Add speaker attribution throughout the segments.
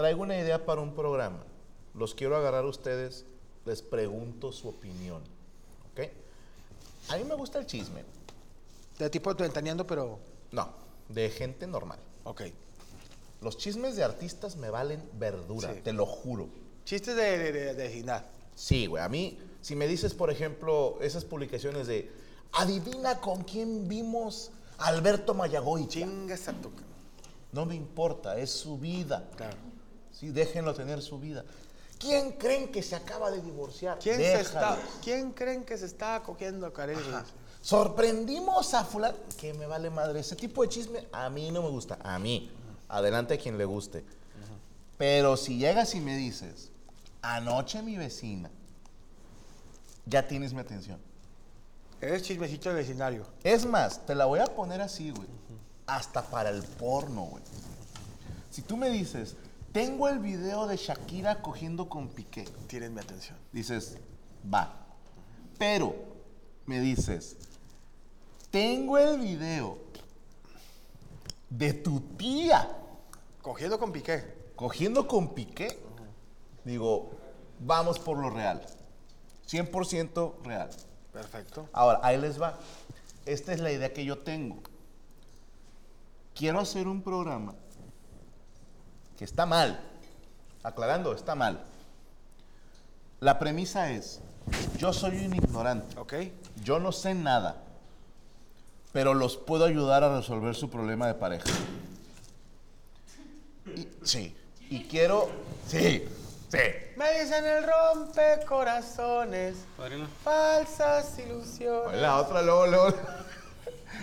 Speaker 1: Traigo una idea para un programa. Los quiero agarrar a ustedes. Les pregunto su opinión. ¿Ok? A mí me gusta el chisme.
Speaker 2: De tipo ventaneando, pero.
Speaker 1: No, de gente normal.
Speaker 2: Ok.
Speaker 1: Los chismes de artistas me valen verdura,
Speaker 2: Sí.
Speaker 1: te lo juro.
Speaker 2: Chistes de, de, de, de gimnasio.
Speaker 1: Sí, güey. A mí, si me dices, por ejemplo, esas publicaciones de adivina con quién vimos a Alberto Mayagoy.
Speaker 2: Chingas a tu. ca-
Speaker 1: No me importa, es su vida.
Speaker 2: Claro.
Speaker 1: Sí, déjenlo tener su vida. ¿Quién creen que se acaba de divorciar?
Speaker 2: ¿Quién, se está,
Speaker 1: Déjalos.
Speaker 2: ¿Quién creen que se está cogiendo a Karen?
Speaker 1: Sorprendimos a fulano. Que me vale madre. Ese tipo de chisme a mí no me gusta. A mí. Adelante a quien le guste. Pero si llegas y me dices, anoche mi vecina, ya tienes mi atención.
Speaker 2: Eres chismecito de vecindario.
Speaker 1: Es más, te la voy a poner así, güey. Hasta para el porno, güey. Si tú me dices, tengo el video de Shakira cogiendo con Piqué,
Speaker 2: Tienes mi atención.
Speaker 1: dices, va. Pero me dices, tengo el video de tu tía
Speaker 2: Cogiendo con Piqué.
Speaker 1: cogiendo con Piqué. Digo, vamos por lo real. 100% real.
Speaker 2: Perfecto.
Speaker 1: Ahora, ahí les va. Esta es la idea que yo tengo. Quiero hacer un programa que está mal. Aclarando, está mal. La premisa es, yo soy un ignorante.
Speaker 2: ¿Ok?
Speaker 1: Yo no sé nada, pero los puedo ayudar a resolver su problema de pareja. Y- sí. Y quiero... Sí, sí.
Speaker 2: Me dicen el rompecorazones. Falsas ilusiones.
Speaker 1: La otra, luego, luego.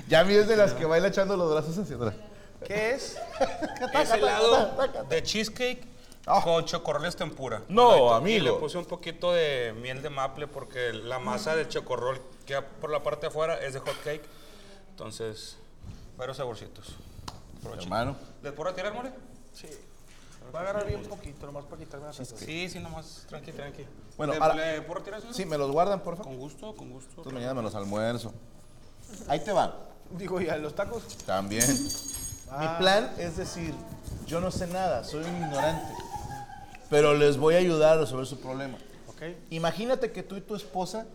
Speaker 1: Ya vi es de las que baila echando los brazos hacia atrás.
Speaker 2: ¿Qué es?
Speaker 3: Es helado de cheesecake con chocorroles tempura.
Speaker 1: No,
Speaker 3: Doradito.
Speaker 1: amigo.
Speaker 3: Y le puse un poquito de miel de maple porque la masa de chocorrol que va por la parte de afuera es de hot cake. Entonces, varios saborcitos. Aprovechen.
Speaker 1: Hermano.
Speaker 3: ¿Les puedo retirar, mole?
Speaker 2: Sí. Va a agarrar bien poquito, nomás para quitarme la sensación.
Speaker 3: Sí, sí, nomás. Tranqui, tranqui.
Speaker 1: Bueno,
Speaker 3: ¿Le,
Speaker 1: ahora-
Speaker 3: le puedo retirar, señor?
Speaker 1: Sí, me los guardan, por favor.
Speaker 3: Con gusto, con gusto.
Speaker 1: Entonces mañana me los almuerzo. Ahí te va.
Speaker 2: Digo, ¿y a los tacos?
Speaker 1: También. Mi plan es decir, yo no sé nada, soy un ignorante, pero les voy a ayudar a resolver su problema.
Speaker 2: ¿Ok?
Speaker 1: Imagínate que tú y tu esposa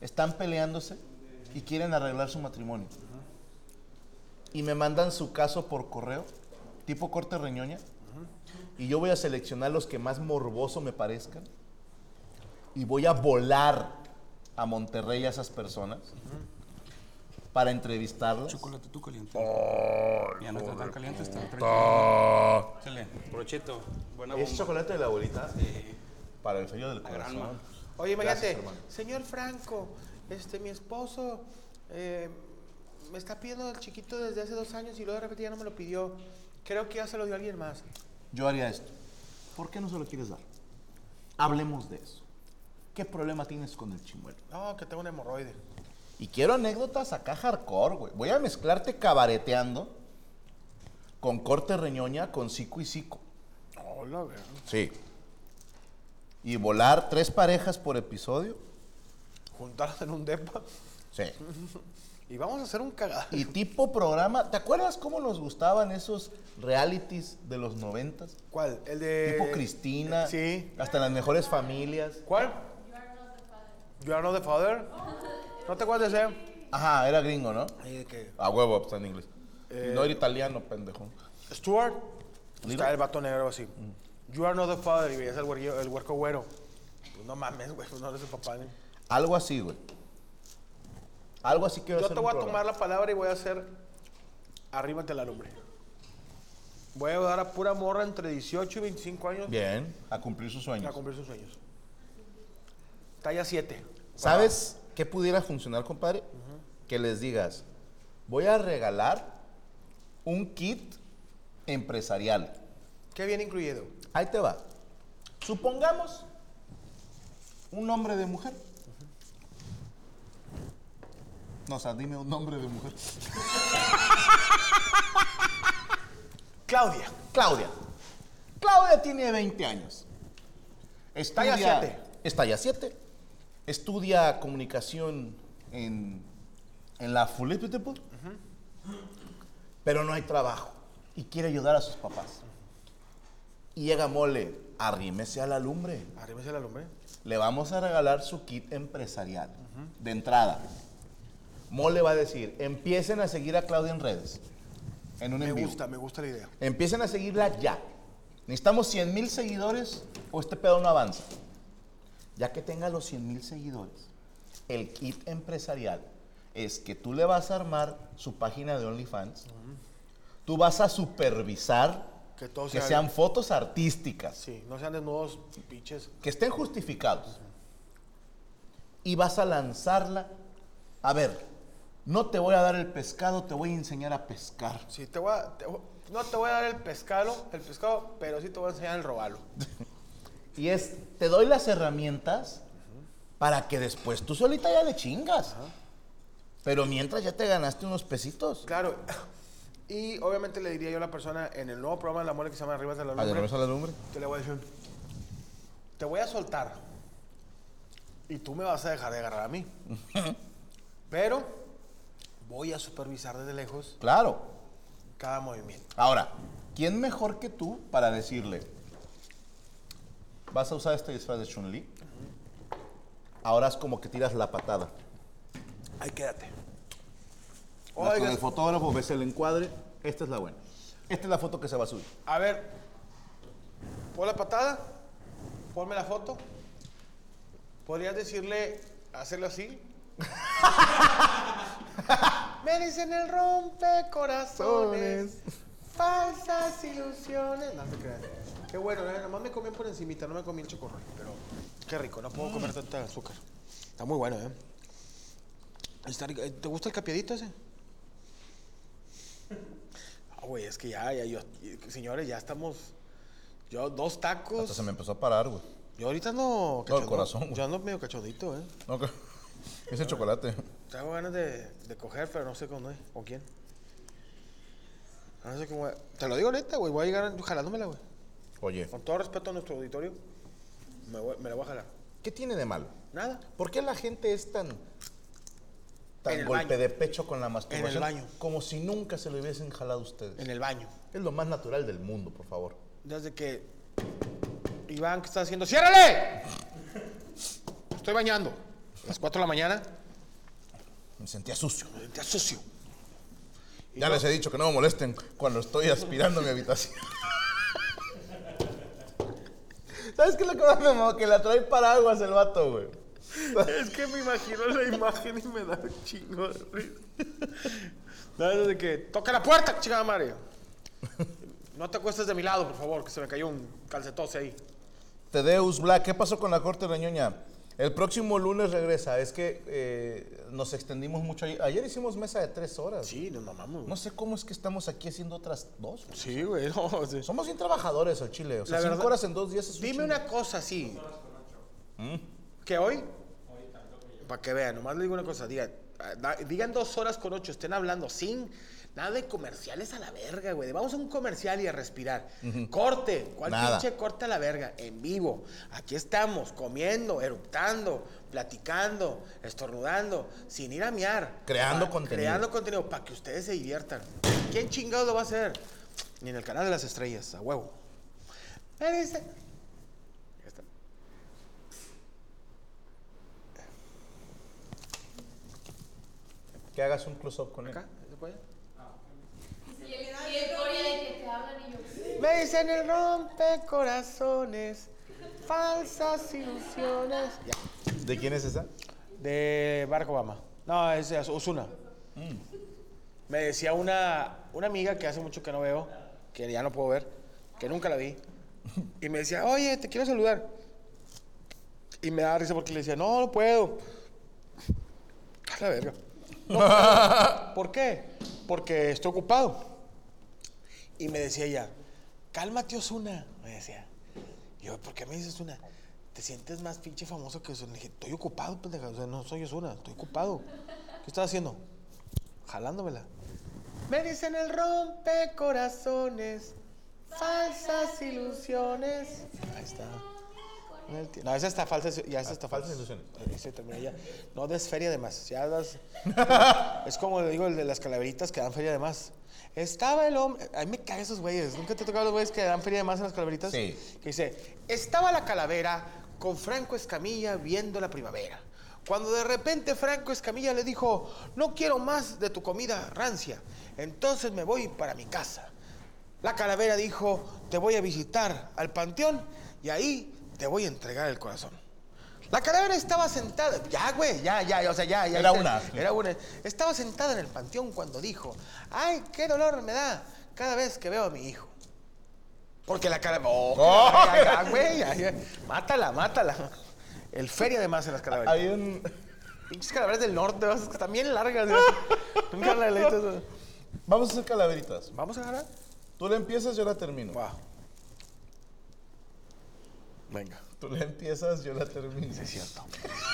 Speaker 1: están peleándose y quieren arreglar su matrimonio. Y me mandan su caso por correo, tipo corte reñoña. Y yo voy a seleccionar los que más morboso me parezcan. Y voy a volar a Monterrey a esas personas para entrevistarlas. Oh,
Speaker 3: Chocolate tú caliente. ya no está tan caliente, está tranquilo. Échale, brochito. Buena
Speaker 1: ¿Es
Speaker 3: bomba.
Speaker 1: chocolate de la abuelita? Para el sello del
Speaker 3: gran
Speaker 1: corazón.
Speaker 3: mano.
Speaker 2: Oye, imagínate,
Speaker 1: Gracias, hermano.
Speaker 2: señor Franco, este, mi esposo eh, me está pidiendo el chiquito desde hace dos años y luego de repente ya no me lo pidió. Creo que ya se lo dio alguien más.
Speaker 1: Yo haría esto. ¿Por qué no se lo quieres dar? Hablemos de eso. ¿Qué problema tienes con el chimuelo?
Speaker 2: No, que tengo un hemorroide.
Speaker 1: Y quiero anécdotas acá hardcore, güey. Voy a mezclarte cabareteando con corte reñoña, con cico y cico.
Speaker 2: Hola, güey.
Speaker 1: Sí. Y volar tres parejas por episodio.
Speaker 2: Juntarlos en un depa
Speaker 1: Sí.
Speaker 2: y vamos a hacer un cagado.
Speaker 1: Y tipo programa. ¿Te acuerdas cómo nos gustaban esos realities de los noventas?
Speaker 2: ¿Cuál? El de...
Speaker 1: tipo Cristina.
Speaker 2: Eh, Sí.
Speaker 1: Hasta las mejores familias.
Speaker 2: ¿Cuál? You are not the father. ¿No te acuerdas de ese?
Speaker 1: Ajá, era gringo, ¿no?
Speaker 2: Ahí de que...
Speaker 1: A huevo, pues, está en inglés.
Speaker 2: Eh.
Speaker 1: no era italiano, pendejo.
Speaker 2: Stuart.
Speaker 1: Little.
Speaker 2: Está el vato negro así.
Speaker 1: Mm.
Speaker 2: You are not the father. Y veías el, huerguillo- el huerco güero. Pues no mames, güey. Pues no eres el papá. ¿no?
Speaker 1: Algo así, güey. Algo así quiero
Speaker 2: Yo
Speaker 1: hacer
Speaker 2: te
Speaker 1: un
Speaker 2: voy a
Speaker 1: programa.
Speaker 2: tomar la palabra y voy a hacer arrímate la lumbre. Voy a dar a pura morra entre 18 y 25 años
Speaker 1: Bien, a cumplir sus
Speaker 2: a
Speaker 1: sueños.
Speaker 2: cumplir sus sueños. Talla 7.
Speaker 1: ¿Sabes qué pudiera funcionar, compadre? Que les digas, voy a regalar un kit empresarial.
Speaker 2: ¿Qué ¿Qué viene incluido?
Speaker 1: Ahí te va. Supongamos un nombre de mujer. No, o sea, dime un nombre de mujer. Claudia, Claudia. Claudia tiene 20 años. Estudia,
Speaker 2: Talla siete.
Speaker 1: Está ya 7. Estudia comunicación en, en la Fulipitépool. Pero no hay trabajo. Y quiere ayudar a sus papás. Y llega Mole, arrímese a la lumbre.
Speaker 2: Arrímese la lumbre.
Speaker 1: Le vamos a regalar su kit empresarial de entrada. Mole va a decir, empiecen a seguir a Claudia en redes. En un
Speaker 2: Me
Speaker 1: en vivo.
Speaker 2: gusta, me gusta la idea.
Speaker 1: Empiecen a seguirla ya. Necesitamos 100 mil seguidores o este pedo no avanza. Ya que tenga los 100 mil seguidores, el kit empresarial es que tú le vas a armar su página de OnlyFans. Tú vas a supervisar
Speaker 2: Que todo
Speaker 1: que
Speaker 2: sea-
Speaker 1: sean fotos artísticas
Speaker 2: Sí, no sean desnudos, pinches.
Speaker 1: que estén justificados y vas a lanzarla. A ver, no te voy a dar el pescado, te voy a enseñar a pescar.
Speaker 2: Sí, te voy a, te voy- no te voy a dar el pescado, el pescado, pero sí te voy a enseñar el robalo.
Speaker 1: Y es, te doy las herramientas para que después tú solita ya le chingas. Pero mientras ya te ganaste unos pesitos.
Speaker 2: Claro. Y obviamente le diría yo a la persona en el nuevo programa de la mole que se llama Arriba de la Lumbre.
Speaker 1: Adiós, a la lumbre.
Speaker 2: Te le voy a decir, te voy a soltar y tú me vas a dejar de agarrar a mí. Pero voy a supervisar desde lejos
Speaker 1: Claro.
Speaker 2: cada movimiento.
Speaker 1: Ahora, ¿quién mejor que tú para decirle, vas a usar este disfraz de Chun-Li? Ahora es como que tiras la patada.
Speaker 2: Ahí quédate.
Speaker 1: Vas con
Speaker 2: Oiga,
Speaker 1: el fotógrafo, ves el encuadre. Esta es la buena. Esta es la foto que se va a subir.
Speaker 2: a ver, pon la patada, ponme la foto. ¿Podrías decirle, hacerlo así? Me dicen el rompecorazones, falsas ilusiones. No se crean. Qué bueno, eh, nomás me comí por encimita, no me comí el chocorrol, pero qué rico, no puedo comer tanta azúcar. Está muy bueno, ¿eh? Está rico. Eh, ¿Te gusta el capiadito ese? Ah, güey, es que ya, ya, yo, eh, señores, ya estamos. Yo, dos tacos.
Speaker 1: me empezó a parar, güey.
Speaker 2: Yo ahorita no.
Speaker 1: Todo el corazón, güey.
Speaker 2: Yo ando medio cachondito, ¿eh?
Speaker 1: No, que- Ese chocolate.
Speaker 2: Tengo ganas de, de coger, pero no sé con dónde, con quién. No sé cómo. Te lo digo neta, güey. Voy a llegar jalándomela, güey.
Speaker 1: Oye,
Speaker 2: Con todo respeto a nuestro auditorio, me, voy- me la voy a jalar.
Speaker 1: ¿qué tiene de malo?
Speaker 2: Nada.
Speaker 1: ¿Por qué la gente es tan,
Speaker 2: En
Speaker 1: tan
Speaker 2: el
Speaker 1: golpe
Speaker 2: baño.
Speaker 1: de pecho con la masturbación?
Speaker 2: baño.
Speaker 1: Como si nunca se lo hubiesen jalado ustedes.
Speaker 2: En el baño.
Speaker 1: Es lo más natural del mundo, por favor.
Speaker 2: Desde que. Iván, ¿qué está haciendo? ¡Ciérrale! Estoy bañando. A las 4 de la mañana.
Speaker 1: Me sentía sucio.
Speaker 2: Te sucio.
Speaker 1: Ya les he dicho que no me molesten cuando estoy aspirando a mi habitación. ¿Sabes qué es lo que más me mamó? Que la trae paraguas el vato, güey.
Speaker 2: Es que me imagino la imagen y me da un chingo de risa. Nada de que toca la puerta, chingada madre. No te acuestes de mi lado, por favor, que se me cayó un calcetose ahí.
Speaker 1: Tedeus Black, ¿qué pasó con la corte de ñoña? El próximo lunes regresa. Es que eh, nos extendimos mucho. Ayer, ayer hicimos mesa de tres horas.
Speaker 2: Sí, nos mamamos.
Speaker 1: No sé cómo es que estamos aquí haciendo otras dos. güey.
Speaker 2: Sí, güey, no. sí.
Speaker 1: Somos bien trabajadores al Chile. O sea,
Speaker 2: La
Speaker 1: cinco
Speaker 2: verdad-
Speaker 1: horas en dos días es un
Speaker 2: Dime
Speaker 1: chingo.
Speaker 2: una cosa sí. ¿Mm? ¿Qué hoy? Para que vean, nomás le digo una cosa. Digan, ah, da- digan dos horas con ocho, estén hablando sin nada de comerciales a la verga, güey. de Vamos a un comercial y a respirar. Corte, ¿cuál
Speaker 1: Nada.
Speaker 2: pinche corte a la verga? En vivo. Aquí estamos, comiendo, eruptando, platicando, estornudando, sin ir a miar.
Speaker 1: Creando
Speaker 2: Pa-
Speaker 1: contenido.
Speaker 2: Creando contenido para que ustedes se diviertan. ¿Quién chingado lo va a hacer? Ni en el canal de las estrellas, a huevo. Ahí está. Ya está.
Speaker 1: Que hagas un close-up con él.
Speaker 2: Acá, ¿se puede?
Speaker 4: Y el, y el Corea de que te hablan y yo.
Speaker 2: Me dicen el rompecorazones, falsas ilusiones. Ya.
Speaker 1: ¿De quién es esa?
Speaker 2: De Barack Obama. No, es Osuna. Me decía una, una amiga que hace mucho que no veo, que ya no puedo ver, que nunca la vi. Y me decía, oye, te quiero saludar. Y me daba risa porque le decía, no, no puedo. A la verga. No puedo. ¿Por qué? Porque estoy ocupado. Y me decía ella, cálmate Osuna, me decía. Yo, ¿por qué me dices Osuna? Te sientes más pinche famoso que Osuna. Le dije, estoy ocupado, pendeja. O sea, no soy Osuna, estoy ocupado. ¿Qué estás haciendo? Jalándomela. Me dicen el rompecorazones, falsas ilusiones. Ahí está. No, esa está falsa, ya esa está falsa.
Speaker 1: falsas ilusiones.
Speaker 2: eh, Ese termina ya. No des feria de más. Ya das- es como le digo el de las calaveritas que dan feria de más. Estaba el hombre. A mí me cagan esos güeyes. ¿Nunca te ha tocado los güeyes que dan feria de más en las calaveritas?
Speaker 1: Sí.
Speaker 2: Que dice: Estaba la calavera con Franco Escamilla viendo la primavera. Cuando de repente Franco Escamilla le dijo: No quiero más de tu comida rancia. Entonces me voy para mi casa. La calavera dijo, te voy a visitar al panteón y ahí te voy a entregar el corazón. La calavera estaba sentada, ya güey, ya, ya, o sea, ya, ya.
Speaker 1: Era
Speaker 2: ya,
Speaker 1: una.
Speaker 2: Era una. Estaba sentada en el panteón cuando dijo, ay, qué dolor me da cada vez que veo a mi hijo. Porque la calavera, oh, ya, ya, güey, ya, ya. mátala, mátala. El feria de más en las calaveras.
Speaker 1: Hay un.
Speaker 2: Pinches calaveras del norte, vas, que están bien largas. güey. Nunca la leíste eso.
Speaker 1: Vamos a hacer calaveritas.
Speaker 2: Vamos a agarrar.
Speaker 1: Tú la empiezas, yo la termino.
Speaker 2: Va. Venga.
Speaker 1: Tú la empiezas, yo la termino.
Speaker 2: Es cierto.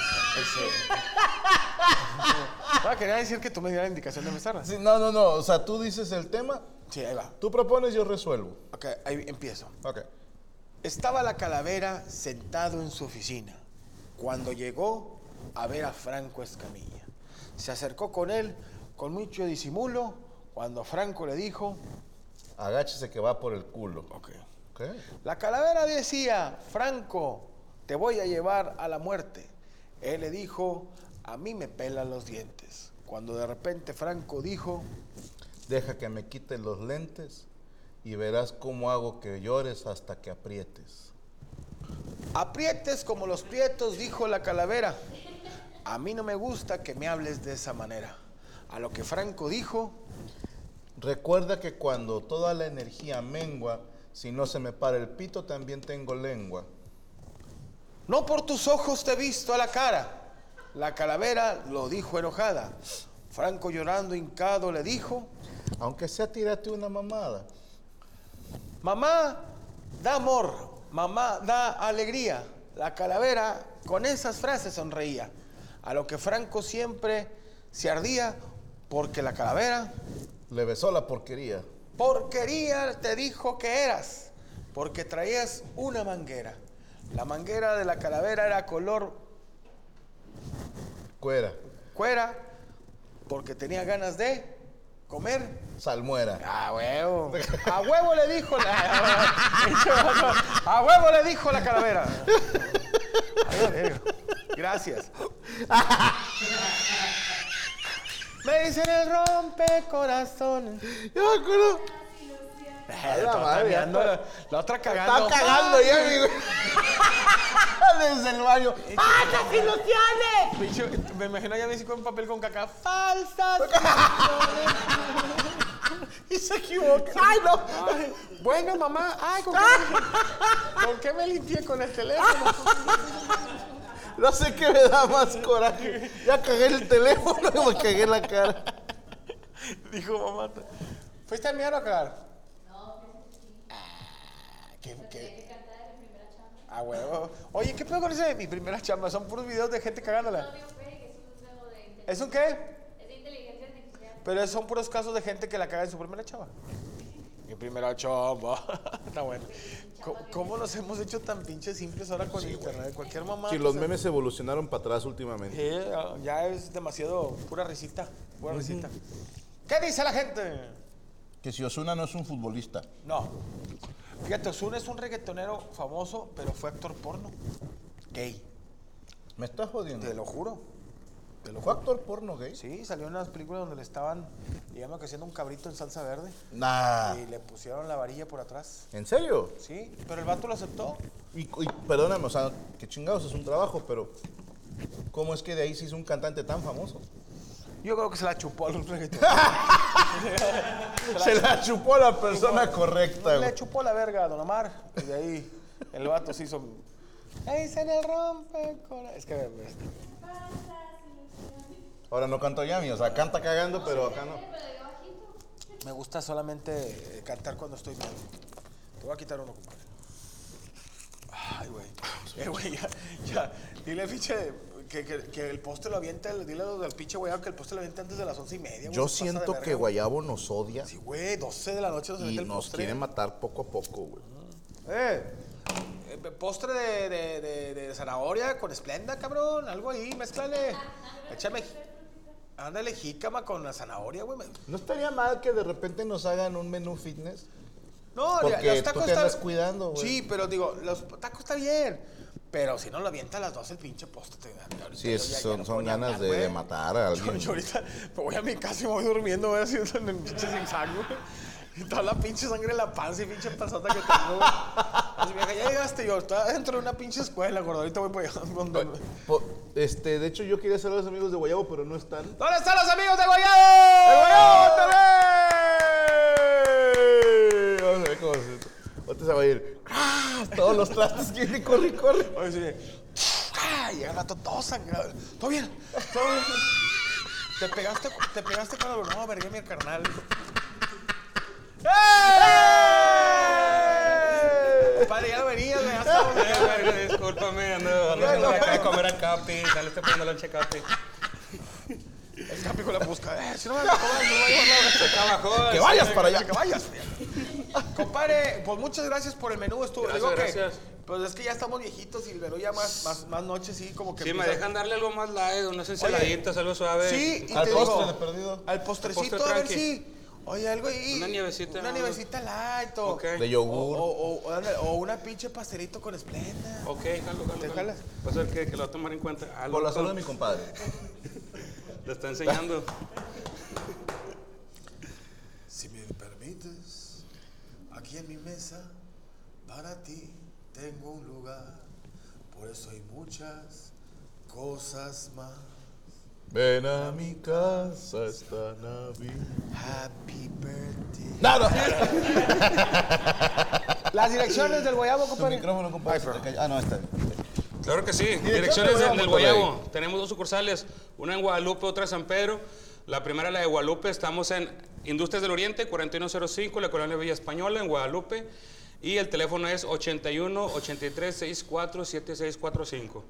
Speaker 2: Ah, quería decir que tú me dieras la indicación de empezar.
Speaker 1: Sí, no, no, no. O sea, tú dices el tema,
Speaker 2: Sí, ahí va.
Speaker 1: tú propones, yo resuelvo.
Speaker 2: Ok, ahí empiezo.
Speaker 1: Ok.
Speaker 2: Estaba la calavera sentado en su oficina cuando llegó a ver a Franco Escamilla. Se acercó con él con mucho disimulo cuando Franco le dijo...
Speaker 1: Agáchese que va por el culo.
Speaker 2: Ok.
Speaker 1: Ok.
Speaker 2: La calavera decía, Franco, te voy a llevar a la muerte. Él le dijo, a mí me pelan los dientes. Cuando de repente Franco dijo,
Speaker 1: Deja que me quite los lentes y verás cómo hago que llores hasta que aprietes.
Speaker 2: Aprietes como los prietos, dijo la calavera. A mí no me gusta que me hables de esa manera. A lo que Franco dijo,
Speaker 1: Recuerda que cuando toda la energía mengua, si no se me para el pito, también tengo lengua.
Speaker 2: no por tus ojos te he visto a la cara. La calavera lo dijo enojada. Franco llorando hincado le dijo,
Speaker 1: Aunque sea tirarte una mamada.
Speaker 2: mamá da amor, mamá da alegría. La calavera con esas frases sonreía. A lo que Franco siempre se ardía porque la calavera
Speaker 1: Le besó la porquería.
Speaker 2: Porquería te dijo que eras, porque traías una manguera. La manguera de la calavera era color
Speaker 1: Cuera.
Speaker 2: cuera, porque tenía ganas de comer.
Speaker 1: Salmuera.
Speaker 2: A huevo. A huevo le dijo la. A huevo le dijo la calavera. Ay, en serio. Gracias. Me dicen el rompecorazones.
Speaker 1: Yo me acuerdo.
Speaker 2: Ay,
Speaker 1: la
Speaker 2: la,
Speaker 1: madre, ya
Speaker 2: la, la otra
Speaker 1: Estaba
Speaker 2: cagando.
Speaker 1: Ah, cagando ya, amigo. Desde el baño.
Speaker 2: Pinche- me imagino ya me con papel con caca. ¡Falsas! y se equivoca. ¡Ay, no! bueno, mamá. ¡Ay, ¿con qué, me, con qué me limpié con este el teléfono?
Speaker 1: No sé qué me da más coraje. Ya cagué el teléfono y me cagué la cara.
Speaker 2: Dijo mamá. ¿Fuiste al miedo a cagar? No, ah, ¿qué, qué? Ah, huevo. Oye, ¿qué pedo con ese de mi primera chamba? Son puros videos de gente cagándola. ¿Es un qué? Pero son puros casos de gente que la caga en su primera chamba. Mi primera chamba. Está bueno. ¿Cómo, cómo nos hemos hecho tan pinches simples ahora con internet? Cualquier mamá.
Speaker 1: Si los memes evolucionaron para atrás últimamente.
Speaker 2: Sí, ya- ya es demasiado pura risita. Pura risita. ¿Qué dice la gente?
Speaker 1: Que si Osuna no es un futbolista.
Speaker 2: No. Fíjate, Ozuna es un reggaetonero famoso, pero fue actor porno. Gay.
Speaker 1: Me estás jodiendo.
Speaker 2: Te lo juro.
Speaker 1: ¿Fue actor porno gay?
Speaker 2: Sí, salió en unas películas donde le estaban, digamos que haciendo un cabrito en salsa verde.
Speaker 1: Nah.
Speaker 2: Y le pusieron la varilla por atrás.
Speaker 1: ¿En serio?
Speaker 2: Sí, pero el vato lo aceptó.
Speaker 1: Y, y perdóname, o sea, que chingados es un trabajo, pero ¿cómo es que de ahí se hizo un cantante tan famoso?
Speaker 2: Yo creo que se la chupó a los reggaetoneros.
Speaker 1: Se la chupó la persona correcta,
Speaker 2: le chupó la verga a Don Omar. Y de ahí el vato se hizo. ¡Ey, se le rompe! con-". Es que este, me-
Speaker 1: Ahora no canto Yami, o sea, canta cagando, pero acá no.
Speaker 2: me gusta solamente eh, cantar cuando estoy mal. Te voy a quitar uno, compadre. Ay, güey. Eh, güey, ya, ya. Dile al pinche que, que, que el poste lo avienta, dile a los del pinche güey que el poste lo avienta antes de las once y media. güey,
Speaker 5: Yo
Speaker 2: se pasa de
Speaker 5: siento
Speaker 2: verga,
Speaker 5: que Guayabo nos odia
Speaker 2: Sí, güey, 12 de la noche nos
Speaker 5: y
Speaker 2: avienta el
Speaker 5: nos
Speaker 2: postre.
Speaker 5: quiere matar poco a poco, güey.
Speaker 2: Eh, eh, postre de, de, de, de zanahoria con esplenda, cabrón. Algo ahí, mézclale. Échame. Ándale jícama con la zanahoria, güey.
Speaker 1: No estaría mal que de repente nos hagan un menú fitness.
Speaker 2: No,
Speaker 1: Porque
Speaker 2: ya, los
Speaker 1: tú
Speaker 2: tacos
Speaker 1: te
Speaker 2: están-
Speaker 1: andas cuidando, güey.
Speaker 2: Sí, pero digo, los tacos está bien. Pero si no lo avienta a las 12 el pinche postre. Te, ahorita
Speaker 5: Sí,
Speaker 2: yo
Speaker 5: es-
Speaker 2: ya- ya
Speaker 5: son,
Speaker 2: no
Speaker 5: son
Speaker 2: puedo ni
Speaker 5: ganas
Speaker 2: hablar,
Speaker 5: de,
Speaker 2: güey.
Speaker 5: de matar a
Speaker 2: Yo,
Speaker 5: alguien.
Speaker 2: yo ahorita me voy a mi casa y me voy durmiendo, güey, así en el pinche zigzag, güey. Y toda la pinche sangre en la panza y pinche panzota que tengo, güey. Así, vieja, ya llegaste yo, estaba dentro de una pinche escuela, gordo. Ahorita voy para allá. ¿Dónde,
Speaker 1: Po- Este, de hecho, yo quería saludar a los amigos de Guayabo, pero no están.
Speaker 2: ¿Dónde están los amigos de Guayabo?
Speaker 1: ¡Eh! Vamos a ver cómo se- Ahorita se va a ir. ¡Ah! Todos los trastes que viene, corre, corre.
Speaker 2: Oye, sí. Ah, y al rato todo sangrado. ¿Todo bien? ¿Todo bien? ¿Te pegaste, te pegaste con el... No, vergué mi carnal. ¡Eh! Padre, ya lo venías, güey, ya estamos acá, güey.
Speaker 3: Verga, Discúlpame, ando ando haciendo acá de comer a Capi. Dale, estoy poniendo lonche a Capi.
Speaker 2: El Capi con la busca. Eh, si no me van a cobrar, no voy a cobrar.
Speaker 3: Trabajó.
Speaker 5: ¡Que vayas para
Speaker 2: Que
Speaker 5: allá!
Speaker 2: vayas. Compadre, pues muchas gracias por el menú. Estuvo,
Speaker 3: Gracias,
Speaker 2: digo que,
Speaker 3: gracias.
Speaker 2: Pues es que ya estamos viejitos y el menú ya más, más, más noches, sí, como que.
Speaker 3: Sí, me
Speaker 2: empieza-
Speaker 3: dejan darle algo más light, unas ensaladitas, algo suave.
Speaker 2: Sí, y
Speaker 1: Al
Speaker 2: te
Speaker 1: postre
Speaker 2: digo,
Speaker 1: de perdido.
Speaker 2: Al postrecito,
Speaker 3: Al postre
Speaker 2: a ver
Speaker 3: tranqui.
Speaker 2: si. Oye, algo ahí.
Speaker 3: Una nievecita,
Speaker 2: Una
Speaker 3: ¿no?
Speaker 2: nievecita light. O,
Speaker 3: Ok.
Speaker 5: De
Speaker 2: o,
Speaker 5: yogur.
Speaker 2: o- o- ándale, o una pinche pastelito con esplenda.
Speaker 3: Ok, jalo, jalo.
Speaker 2: ¿Te
Speaker 3: jalo.
Speaker 2: jalas?
Speaker 3: Va a ser que, que lo va a tomar en cuenta. Ah,
Speaker 5: Por la
Speaker 3: loco,
Speaker 5: salud de mi compadre.
Speaker 3: Le está enseñando.
Speaker 6: Si me permites, aquí en mi mesa, para ti tengo un lugar. Por eso hay muchas cosas más.
Speaker 5: Ven a mi casa esta Navidad.
Speaker 6: Happy birthday.
Speaker 5: ¡Nada!
Speaker 2: Las direcciones del Guayabo,
Speaker 1: Tu
Speaker 2: compadre.
Speaker 1: micrófono, compadre. se te cayó. Ah, no, está.
Speaker 3: Claro que sí. Direcciones del, del
Speaker 5: Monterrey.
Speaker 3: Guayabo. Tenemos dos sucursales, una en Guadalupe, otra en San Pedro. La primera, la de Guadalupe, estamos en Industrias del Oriente, 4105, la colonia Villa Española, en Guadalupe. Y el teléfono es 81 83 64 7645.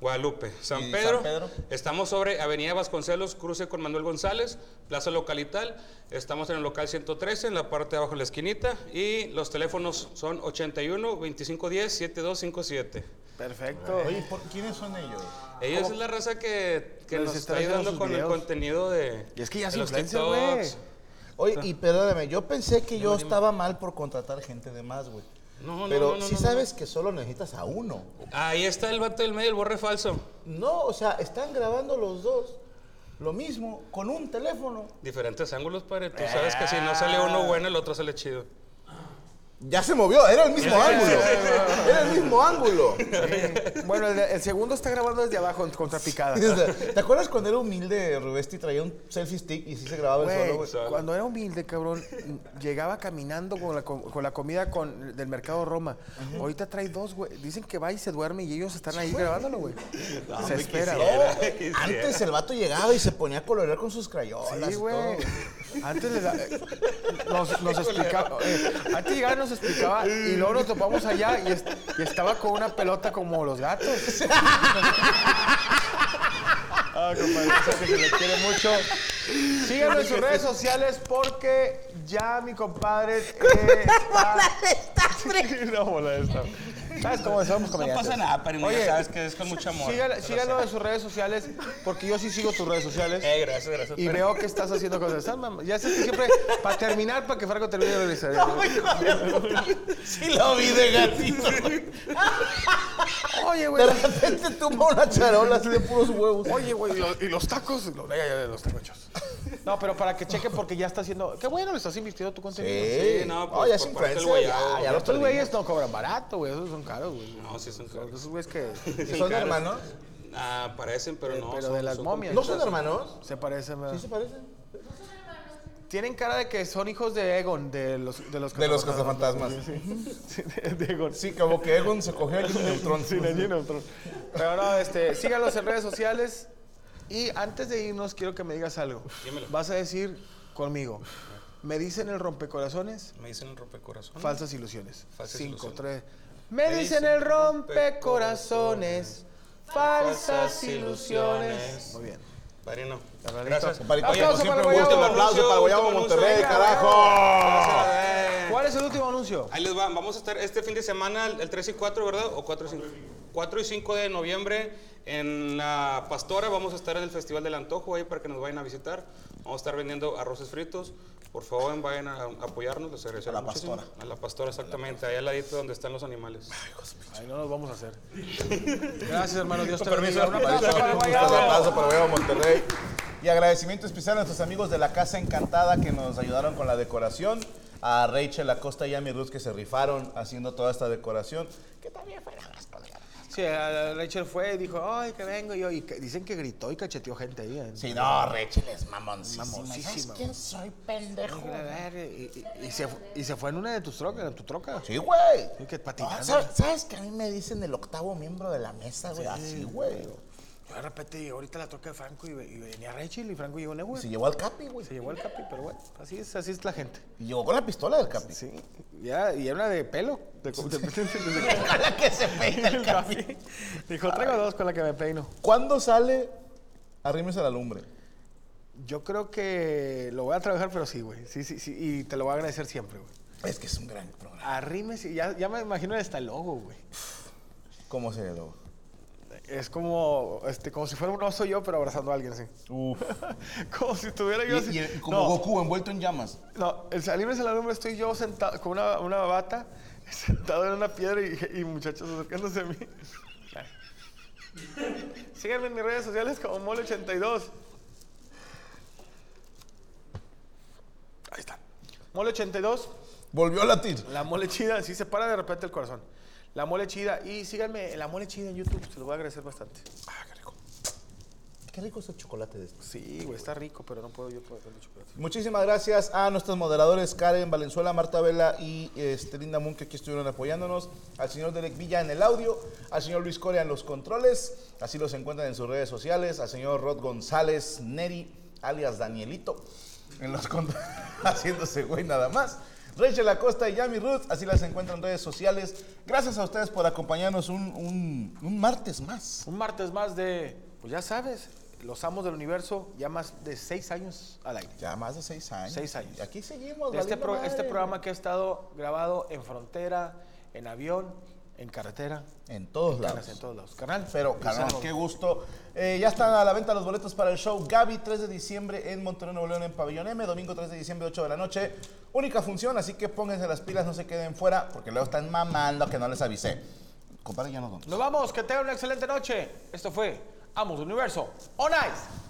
Speaker 3: Guadalupe.
Speaker 1: ¿Y
Speaker 3: San
Speaker 1: San
Speaker 3: Pedro,
Speaker 1: Pedro?
Speaker 3: Estamos sobre Avenida Vasconcelos, cruce con Manuel González, Plaza Localital. Estamos en el local 113, en la parte de abajo de la esquinita. Y los teléfonos son 81 2510 7257.
Speaker 2: Perfecto.
Speaker 1: Oye, ¿por- ¿quiénes son ellos?
Speaker 3: Ella es la raza que, que
Speaker 2: Les
Speaker 3: nos
Speaker 2: Pues está
Speaker 3: está
Speaker 2: haciendo
Speaker 3: ayudando
Speaker 2: sus
Speaker 3: con el
Speaker 2: videos.
Speaker 3: contenido de.
Speaker 2: Y es que ya
Speaker 3: de
Speaker 2: se
Speaker 3: los
Speaker 2: influencia,
Speaker 3: TikToks.
Speaker 2: güey.
Speaker 1: Oye, y perdóname, yo pensé que yo estaba mal por contratar gente de más, güey.
Speaker 3: No, no,
Speaker 5: Pero
Speaker 3: no, no,
Speaker 5: si
Speaker 3: no, no.
Speaker 5: sabes que solo necesitas a uno.
Speaker 3: Ahí está el vato del medio, el borre falso.
Speaker 1: No, o sea, están grabando los dos lo mismo con un teléfono.
Speaker 3: Diferentes ángulos, padre. Tú sabes que si no sale uno
Speaker 2: Ah.
Speaker 3: bueno, el otro sale chido.
Speaker 5: Ya se movió, era el mismo ángulo. Era el mismo ángulo.
Speaker 2: Bueno, el, el segundo está grabando desde abajo en contrapicada.
Speaker 1: ¿Te acuerdas cuando era humilde Rubesti traía un selfie stick y sí se grababa el solo,
Speaker 2: Güey,
Speaker 1: güey?
Speaker 2: cuando era humilde, cabrón, llegaba caminando con la, com- con la comida con, del mercado Roma. Ahorita trae dos, güey. Dicen que va y se duerme y ellos están ahí grabándolo, güey. se espera, güey.
Speaker 1: Antes el vato llegaba y se ponía a colorear con sus crayolas.
Speaker 2: Sí,
Speaker 1: y
Speaker 2: güey.
Speaker 1: todo.
Speaker 2: Antes les da- eh, nos, nos explicaba. eh, antes llegaba y nos explicaba y luego nos topamos allá y, est- y estaba con una pelota como los gatos. ah, compadre, o sea que se le quiere mucho. Síganlo en sus redes sociales porque ya mi compadre eh, está... no, bola de esta. ¿Sabes cómo estamos
Speaker 3: No
Speaker 2: comediantes?
Speaker 3: pasa nada, pero
Speaker 2: Oye,
Speaker 3: ya sabes que es con mucho amor.
Speaker 2: Síganlo,
Speaker 3: Pero
Speaker 2: síganlo
Speaker 3: sí.
Speaker 2: en sus redes sociales porque yo sí sigo tus redes sociales.
Speaker 3: Eh, gracias, gracias.
Speaker 2: Y
Speaker 3: padre.
Speaker 2: veo que estás haciendo cosas. Estás mam- Ya sé que siempre, para terminar, para que Franco termine de realizar.
Speaker 5: Sí lo vi de gatito.
Speaker 2: Oye, güey.
Speaker 1: De repente tuvo Este una charola así de puros huevos.
Speaker 2: Oye, güey. ¿Y, los- y los tacos? Los, ya, ya, ya, los tacos. No, pero para que cheque, porque ya está haciendo. Qué bueno, le estás invirtiendo tu contenido.
Speaker 5: Sí,
Speaker 3: no,
Speaker 5: no,
Speaker 3: pues,
Speaker 5: ya es
Speaker 3: por parte del
Speaker 5: influencer. Ya,
Speaker 1: Ah,
Speaker 3: guayabo.
Speaker 5: ya
Speaker 2: Pero
Speaker 5: lo
Speaker 2: estos
Speaker 5: perdí.
Speaker 2: güeyes no cobran barato, güey. Esos son caros, güey.
Speaker 3: No, sí
Speaker 2: pues,
Speaker 3: son caros.
Speaker 2: Esos güeyes que
Speaker 3: Sí
Speaker 1: ¿Son
Speaker 3: caros.
Speaker 1: hermanos?
Speaker 3: Ah, parecen, pero no.
Speaker 2: eh, pero
Speaker 3: son-
Speaker 2: de las
Speaker 3: son
Speaker 2: momias.
Speaker 3: compitas.
Speaker 5: ¿No son hermanos?
Speaker 2: se parecen. ¿verdad?
Speaker 1: ¿Sí se parecen?
Speaker 2: Tienen cara de que son hijos de Egon, de los De los,
Speaker 5: De los
Speaker 2: cazafantasmas.
Speaker 5: cazafantasmas.
Speaker 2: Sí, de- de Egon.
Speaker 5: Sí, como que Egon se cogió aquí en el tron.
Speaker 2: Sí, la Gina Neutron. Pero no, este, síganos en redes sociales. Y antes de irnos, quiero que me digas algo.
Speaker 3: Dímelo.
Speaker 2: Vas a decir conmigo. Me dicen el rompecorazones,
Speaker 3: Me dicen el rompecorazón.
Speaker 2: falsas ilusiones.
Speaker 3: Falsas
Speaker 2: Cinco, tres.
Speaker 3: ilusiones.
Speaker 2: Me dicen el rompecorazones, falsas
Speaker 3: falsas
Speaker 2: ilusiones.
Speaker 3: ilusiones.
Speaker 2: Muy bien.
Speaker 3: Padrino.
Speaker 2: Padrinito.
Speaker 3: Gracias.
Speaker 5: Compadrito,
Speaker 3: Oye,
Speaker 5: como
Speaker 2: Aplauso
Speaker 5: siempre,
Speaker 2: para
Speaker 5: un gusto, un
Speaker 2: Guayabo.
Speaker 5: aplauso para Guayabo
Speaker 3: Último anuncio,
Speaker 5: Monterrey,
Speaker 3: venga,
Speaker 5: carajo.
Speaker 3: Eh,
Speaker 2: ¿Cuál es el último anuncio?
Speaker 3: Ahí les va. Vamos a estar este fin de semana, el 3 y 4, ¿verdad? O 4 y 5. 4 y 5 de noviembre en La Pastora. Vamos a estar en el Festival del Antojo ahí para que nos vayan a visitar. Vamos a estar vendiendo arroces fritos. Por favor, vayan a a apoyarnos. Les agradecemos
Speaker 5: A La
Speaker 3: muchísimo.
Speaker 5: Pastora.
Speaker 3: A La Pastora, exactamente. Ahí al ladito donde están los animales.
Speaker 2: Ahí no nos vamos a hacer. Gracias, hermano. Dios te
Speaker 5: Permiso,
Speaker 2: bendiga. Un aplauso
Speaker 5: compadrito.
Speaker 2: para
Speaker 5: Un
Speaker 2: Guayabo.
Speaker 5: aplauso para Guayabo Monterrey.
Speaker 1: Y agradecimiento especial a nuestros amigos de la Casa Encantada que nos ayudaron con la decoración. A Rachel Acosta y a mi Ruth que se rifaron haciendo toda esta decoración. Que también fueron las podrían.
Speaker 2: Sí, a- a Rachel fue y dijo, ay, que vengo yo. Y que- dicen que gritó y cacheteó gente ahí. ¿eh?
Speaker 1: Sí, no, Rachel es mamoncísima.
Speaker 2: Famosísima.
Speaker 1: ¿Sabes quién soy, pendejo?
Speaker 2: A ver, Y, eh, y- y se, fu- y se fue en una de tus trocas, en tu troca.
Speaker 1: Sí, güey.
Speaker 2: Y que
Speaker 1: No,
Speaker 2: patinando.
Speaker 1: ¿sabes, sabes que a mí me dicen el octavo miembro de la mesa, güey? Así, güey.
Speaker 2: Yo de repente llegué ahorita a la troca de Franco y, ve- y venía Rachel y Franco llegó en Ewe.
Speaker 1: Se llevó al Capi, güey.
Speaker 2: Se llevó el capi, pero bueno, así es, así es la gente.
Speaker 1: Y llegó con la pistola del Capi.
Speaker 2: Sí, ya, y era una de pelo. de- de- de-
Speaker 1: Con la que se peina el Capi.
Speaker 2: Dijo, traigo dos con la que me peino.
Speaker 1: ¿Cuándo sale Arrímese a la lumbre?
Speaker 2: Yo creo que lo voy a trabajar, pero sí, güey. Sí, sí, sí. Y te lo voy a agradecer siempre, güey.
Speaker 1: Es que es un gran programa.
Speaker 2: Arrimes, y ya, ya me imagino hasta el logo, güey.
Speaker 1: ¿Cómo se lo?
Speaker 2: Es como, este, como si fuera un oso yo, pero abrazando a alguien así. como si estuviera yo así.
Speaker 1: Y, y como
Speaker 2: no,
Speaker 1: Goku envuelto en llamas.
Speaker 2: no, el salirme de la lumbre estoy yo sentado con una, una bata, sentado en una piedra y, y muchachos acercándose a mí. Síganme en mis redes sociales como Mole82. Ahí está. Mole82.
Speaker 1: Volvió a latir.
Speaker 2: La mole chida, sí se para de repente el corazón. La mole chida. Y síganme, en la mole chida en YouTube, se lo voy a agradecer bastante.
Speaker 1: Ah, qué rico. Qué rico es el chocolate de este. esto.
Speaker 2: Sí, güey, está rico, pero no puedo yo probar el chocolate.
Speaker 1: Muchísimas gracias a nuestros moderadores Karen Valenzuela, Marta Vela y este, Linda Moon que aquí estuvieron apoyándonos, al señor Derek Villa en el audio, al señor Luis Corea en los controles, así los encuentran en sus redes sociales, al señor Rod González Neri, alias Danielito, en los controles, haciéndose güey nada más. Rachel Acosta y Yami Ruth, así las encuentran en redes sociales. Gracias a ustedes por acompañarnos un, un- un martes más.
Speaker 2: Un martes más de, pues ya sabes, los amos del universo, ya más de seis años al aire.
Speaker 1: Ya más de seis años.
Speaker 2: Seis años.
Speaker 1: Y aquí seguimos.
Speaker 2: De este,
Speaker 1: valiendo
Speaker 2: pro- este
Speaker 1: madre.
Speaker 2: programa que ha estado grabado en frontera, en avión, en carretera,
Speaker 1: En todos lados.
Speaker 2: carreras, en todos lados. Carnal,
Speaker 1: Pero,
Speaker 2: nos
Speaker 1: cabrón,
Speaker 2: vemos.
Speaker 1: qué gusto. Eh, ya están a la venta los boletos para el show Gaby, 3 de diciembre en Monterrey, Nuevo León, en Pabellón M, domingo 3 de diciembre, 8 de la noche. Única función, así que pónganse las pilas, no se queden fuera, porque luego están mamando que no les avisé. Compadre, ya no
Speaker 2: Nos vamos, que tengan una excelente noche. Esto fue Amos del Universo. On Ice.